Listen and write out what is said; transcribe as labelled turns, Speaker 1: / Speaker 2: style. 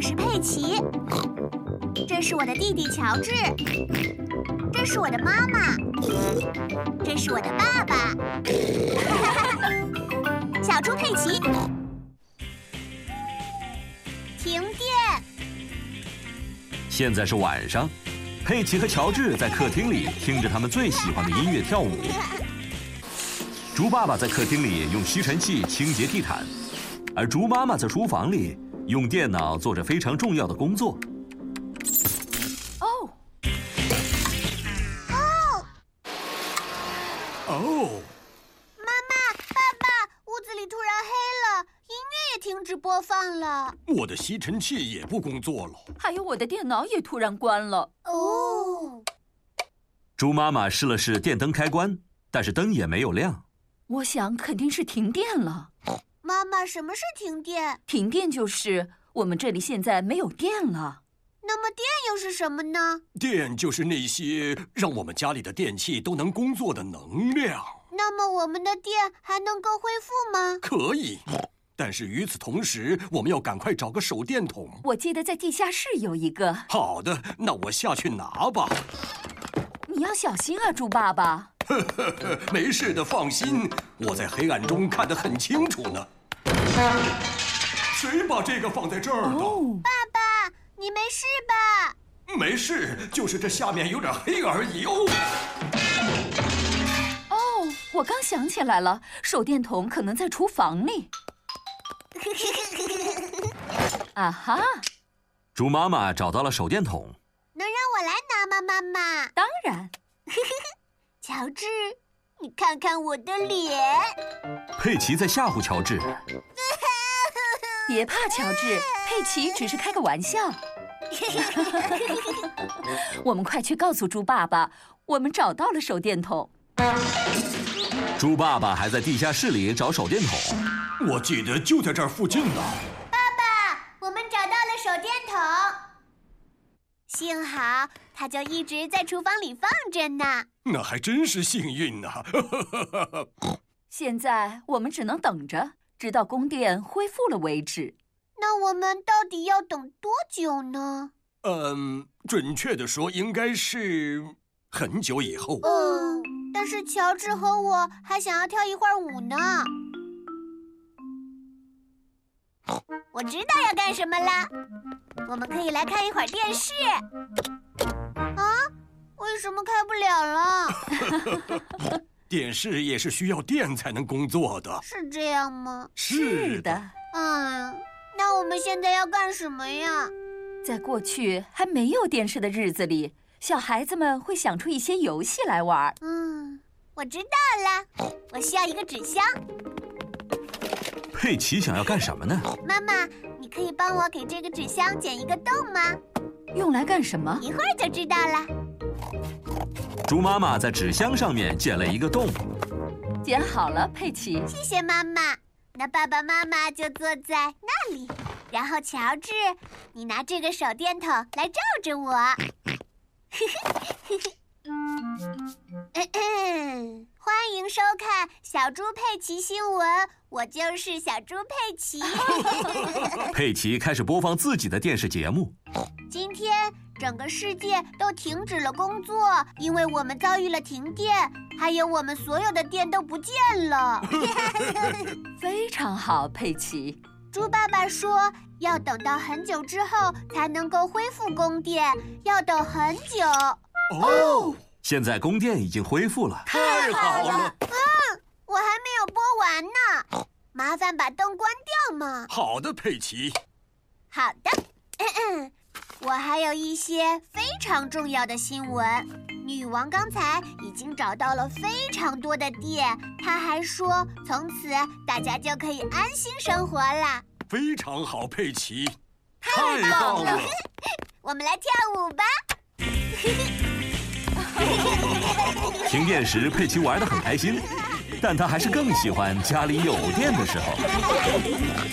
Speaker 1: 是佩奇，这是我的弟弟乔治，这是我的妈妈，这是我的爸 爸。小猪佩奇，停电。
Speaker 2: 现在是晚上，佩奇和乔治在客厅里听着他们最喜欢的音乐跳舞。猪爸爸在客厅里用吸尘器清洁地毯，而猪妈妈在厨房里用电脑做着非常重要的工作。
Speaker 3: 哦，
Speaker 1: 哦，
Speaker 4: 哦，
Speaker 1: 妈妈，爸爸，屋子里突然黑了，音乐也停止播放了。
Speaker 4: 我的吸尘器也不工作了。
Speaker 3: 还有我的电脑也突然关了。
Speaker 1: 哦，
Speaker 2: 猪妈妈试了试电灯开关，但是灯也没有亮。
Speaker 3: 我想肯定是停电了。
Speaker 1: 妈妈，什么是停电？
Speaker 3: 停电就是我们这里现在没有电了。
Speaker 1: 那么电又是什么呢？
Speaker 4: 电就是那些让我们家里的电器都能工作的能量，
Speaker 1: 那么我们的电还能够恢复吗？
Speaker 4: 可以。但是与此同时，我们要赶快找个手电筒。
Speaker 3: 我记得在地下室有一个，
Speaker 4: 好的，那我下去拿吧。
Speaker 3: 你要小心啊，猪爸爸。
Speaker 4: 呃没事的，放心，我在黑暗中看得很清楚呢。谁把这个放在这儿的？
Speaker 3: 哦，
Speaker 1: 爸爸，你没事吧？
Speaker 4: 没事，就是这下面有点黑而已哦。
Speaker 3: 哦，我刚想起来了，手电筒可能在厨房里。啊哈，
Speaker 2: 猪妈妈找到了手电筒，
Speaker 1: 能让我来拿吗，妈妈？
Speaker 3: 当然，
Speaker 1: 乔治，你看看我的脸。
Speaker 2: 佩奇在吓唬乔治。
Speaker 3: 别怕，乔治，佩奇只是开个玩笑。我们快去告诉猪爸爸，我们找到了手电筒。
Speaker 2: 猪爸爸还在地下室里找手电筒。
Speaker 4: 我记得就在这儿附近呢。
Speaker 1: 爸，我们找到了手电筒。幸好它就一直在厨房里放着呢。
Speaker 4: 那还真是幸运呐、
Speaker 3: 现在我们只能等着，直到供电恢复了为止。
Speaker 1: 那我们到底要等多久呢？
Speaker 4: 嗯，准确的说，应该是很久以后。
Speaker 1: 嗯，但是乔治和我还想要跳一会儿舞呢。我知道要干什么了，我们可以来看一会儿电视。啊，为什么开不了了？
Speaker 4: 电视也是需要电才能工作的。
Speaker 1: 是这样吗？
Speaker 4: 是，
Speaker 3: 的，
Speaker 1: 嗯，那我们现在要干什么呀？
Speaker 3: 在过去还没有电视的日子里，小孩子们会想出一些游戏来玩儿。
Speaker 1: 嗯，我知道了，我需要一个纸箱。
Speaker 2: 佩奇想要干什么呢？
Speaker 1: 妈妈，你可以帮我给这个纸箱剪一个洞吗？
Speaker 3: 用来干什么？
Speaker 1: 一会儿就知道了。
Speaker 2: 猪妈妈在纸箱上面剪了一个洞。
Speaker 3: 剪好了，佩奇。
Speaker 1: 谢谢妈妈。那爸爸妈妈就坐在那里，然后乔治，你拿这个手电筒来照着我。咳咳 欢迎收看《小猪佩奇新闻》，我就是小猪佩奇。
Speaker 2: 佩奇开始播放自己的电视节目。
Speaker 1: 今天整个世界都停止了工作，因为我们遭遇了停电，还有我们所有的电都不见了。
Speaker 3: 非常好，佩奇。
Speaker 1: 猪爸爸说要等到很久之后才能够恢复供电，要等很久。
Speaker 4: 哦，
Speaker 2: 现在供电已经恢复了。
Speaker 4: 太好了！
Speaker 1: 我还没有播完呢，麻烦把灯关掉嘛。
Speaker 4: 好的，佩奇。
Speaker 1: 好的， 咳咳我还有一些非常重要的新闻。女王刚才已经找到了非常多的电，她还说从此大家就可以安心生活了。
Speaker 4: 非常好，佩奇，太棒了！
Speaker 1: 我们来跳舞吧！
Speaker 2: 停电时，佩奇玩得很开心，但他还是更喜欢家里有电的时候。